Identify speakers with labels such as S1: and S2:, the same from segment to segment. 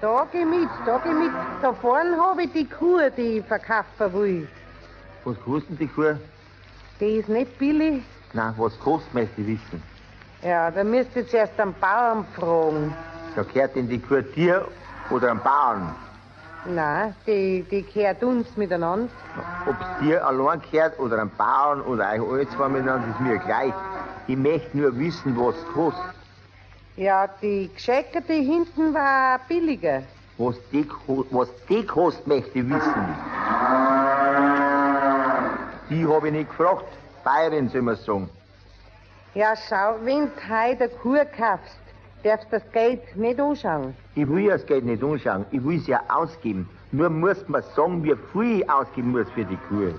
S1: Da geh mit, da geh mit. Da vorne habe ich die Kuh, die ich verkaufen will.
S2: Was kostet die Kuh?
S1: Die ist nicht billig.
S2: Nein, was kostet, möchte ich wissen.
S1: Ja, da müsst ihr zuerst den Bauern fragen.
S2: Da gehört denn die Kuh dir oder einem Bauern?
S1: Nein, die, die gehört uns miteinander.
S2: Ob es dir allein gehört oder einem Bauern oder euch alle zwei miteinander, ist mir gleich. Ich möchte nur wissen, was es kostet.
S1: Ja, die gescheckerte hinten war billiger.
S2: Was die, ko- was die kostet, möchte ich wissen. Die habe ich nicht gefragt. Bayern soll man sagen.
S1: Ja, schau, wenn du heute eine Kuh kaufst, darfst du das Geld nicht anschauen.
S2: Ich will ja das Geld nicht anschauen. Ich will es ja ausgeben. Nur muss man sagen, wie viel ich ausgeben muss für die Kuh.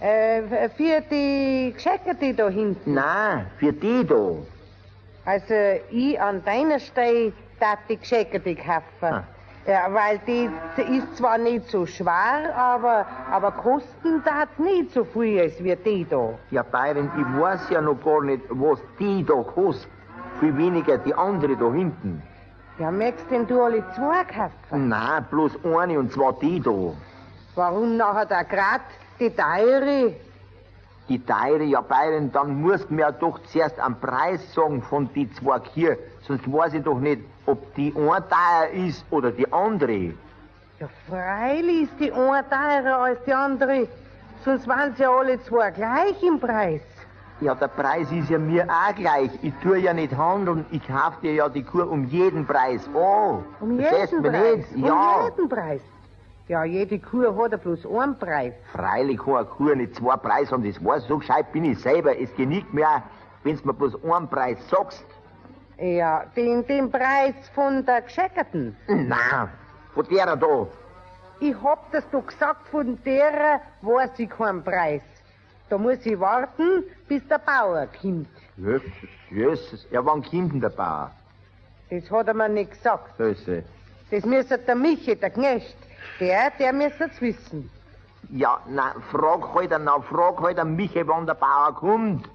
S1: Äh, für die Gescheckerte da hinten.
S2: Nein, für die da.
S1: Also, ich an deiner Stelle darf die Gescheckerte kaufen.
S2: Ah.
S1: Ja, weil die z- ist zwar nicht so schwer, aber, aber kosten darf nicht so viel als wie die da.
S2: Ja, Bayern, ich weiß ja noch gar nicht, was die da kostet. Viel weniger die andere da hinten.
S1: Ja, möchtest denn du alle zwei kaufen?
S2: Nein, bloß eine und zwar die da.
S1: Warum nachher da grad die teure?
S2: Die teure, ja Bayern, dann musst mir ja doch zuerst einen Preis sagen von die zwei Kühe. Sonst weiß ich doch nicht, ob die eine teuer ist oder die andere.
S1: Ja, freilich ist die eine teurer als die andere. Sonst waren sie ja alle zwei gleich im Preis.
S2: Ja, der Preis ist ja mir auch gleich. Ich tue ja nicht handeln. Ich kauf dir ja die Kur um jeden Preis. Oh,
S1: Um
S2: verstehst
S1: jeden
S2: du mich
S1: Preis.
S2: Nicht? Ja,
S1: Um jeden Preis. Ja, jede Kuh hat ja bloß einen Preis.
S2: freilich kann eine Kur nicht zwei Preise haben. Das weiß so gescheit bin ich selber. Es genügt mir auch, wenn's mir bloß einen Preis sagst.
S1: Ja, den, den Preis von der Gescheckerten.
S2: Nein, von derer da.
S1: Ich hab das doch gesagt, von derer weiß ich keinen Preis. Da muss ich warten, bis der Bauer kommt.
S2: Jesus, Jesus. Ja, wann kommt denn der Bauer?
S1: Das hat er mir nicht gesagt.
S2: Grüße.
S1: Das müsste der Michi, der Knecht. Der, der müsste es wissen.
S2: Ja, na, frag halt einen, na, frag halt einen Michi, wann der Bauer kommt.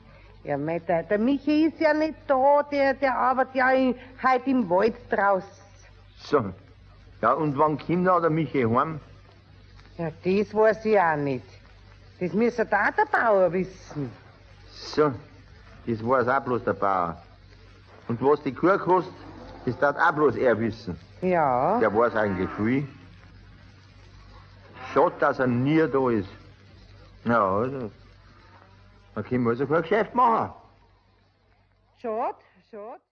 S1: Ja, mei, der, der Michi ist ja nicht da, der, der arbeitet ja in, halt im Wald draußen.
S2: So. Ja, und wann kommt noch der Michi heim?
S1: Ja, das weiß ich auch nicht. Das müsste da der Bauer wissen.
S2: So, das weiß auch bloß der Bauer. Und was die Kuh kostet, das darf auch bloß er wissen.
S1: Ja.
S2: Der weiß eigentlich viel. Schade, dass er nie da ist. Ja, also. Man kann also kein Geschäft machen.
S1: Schade, schade.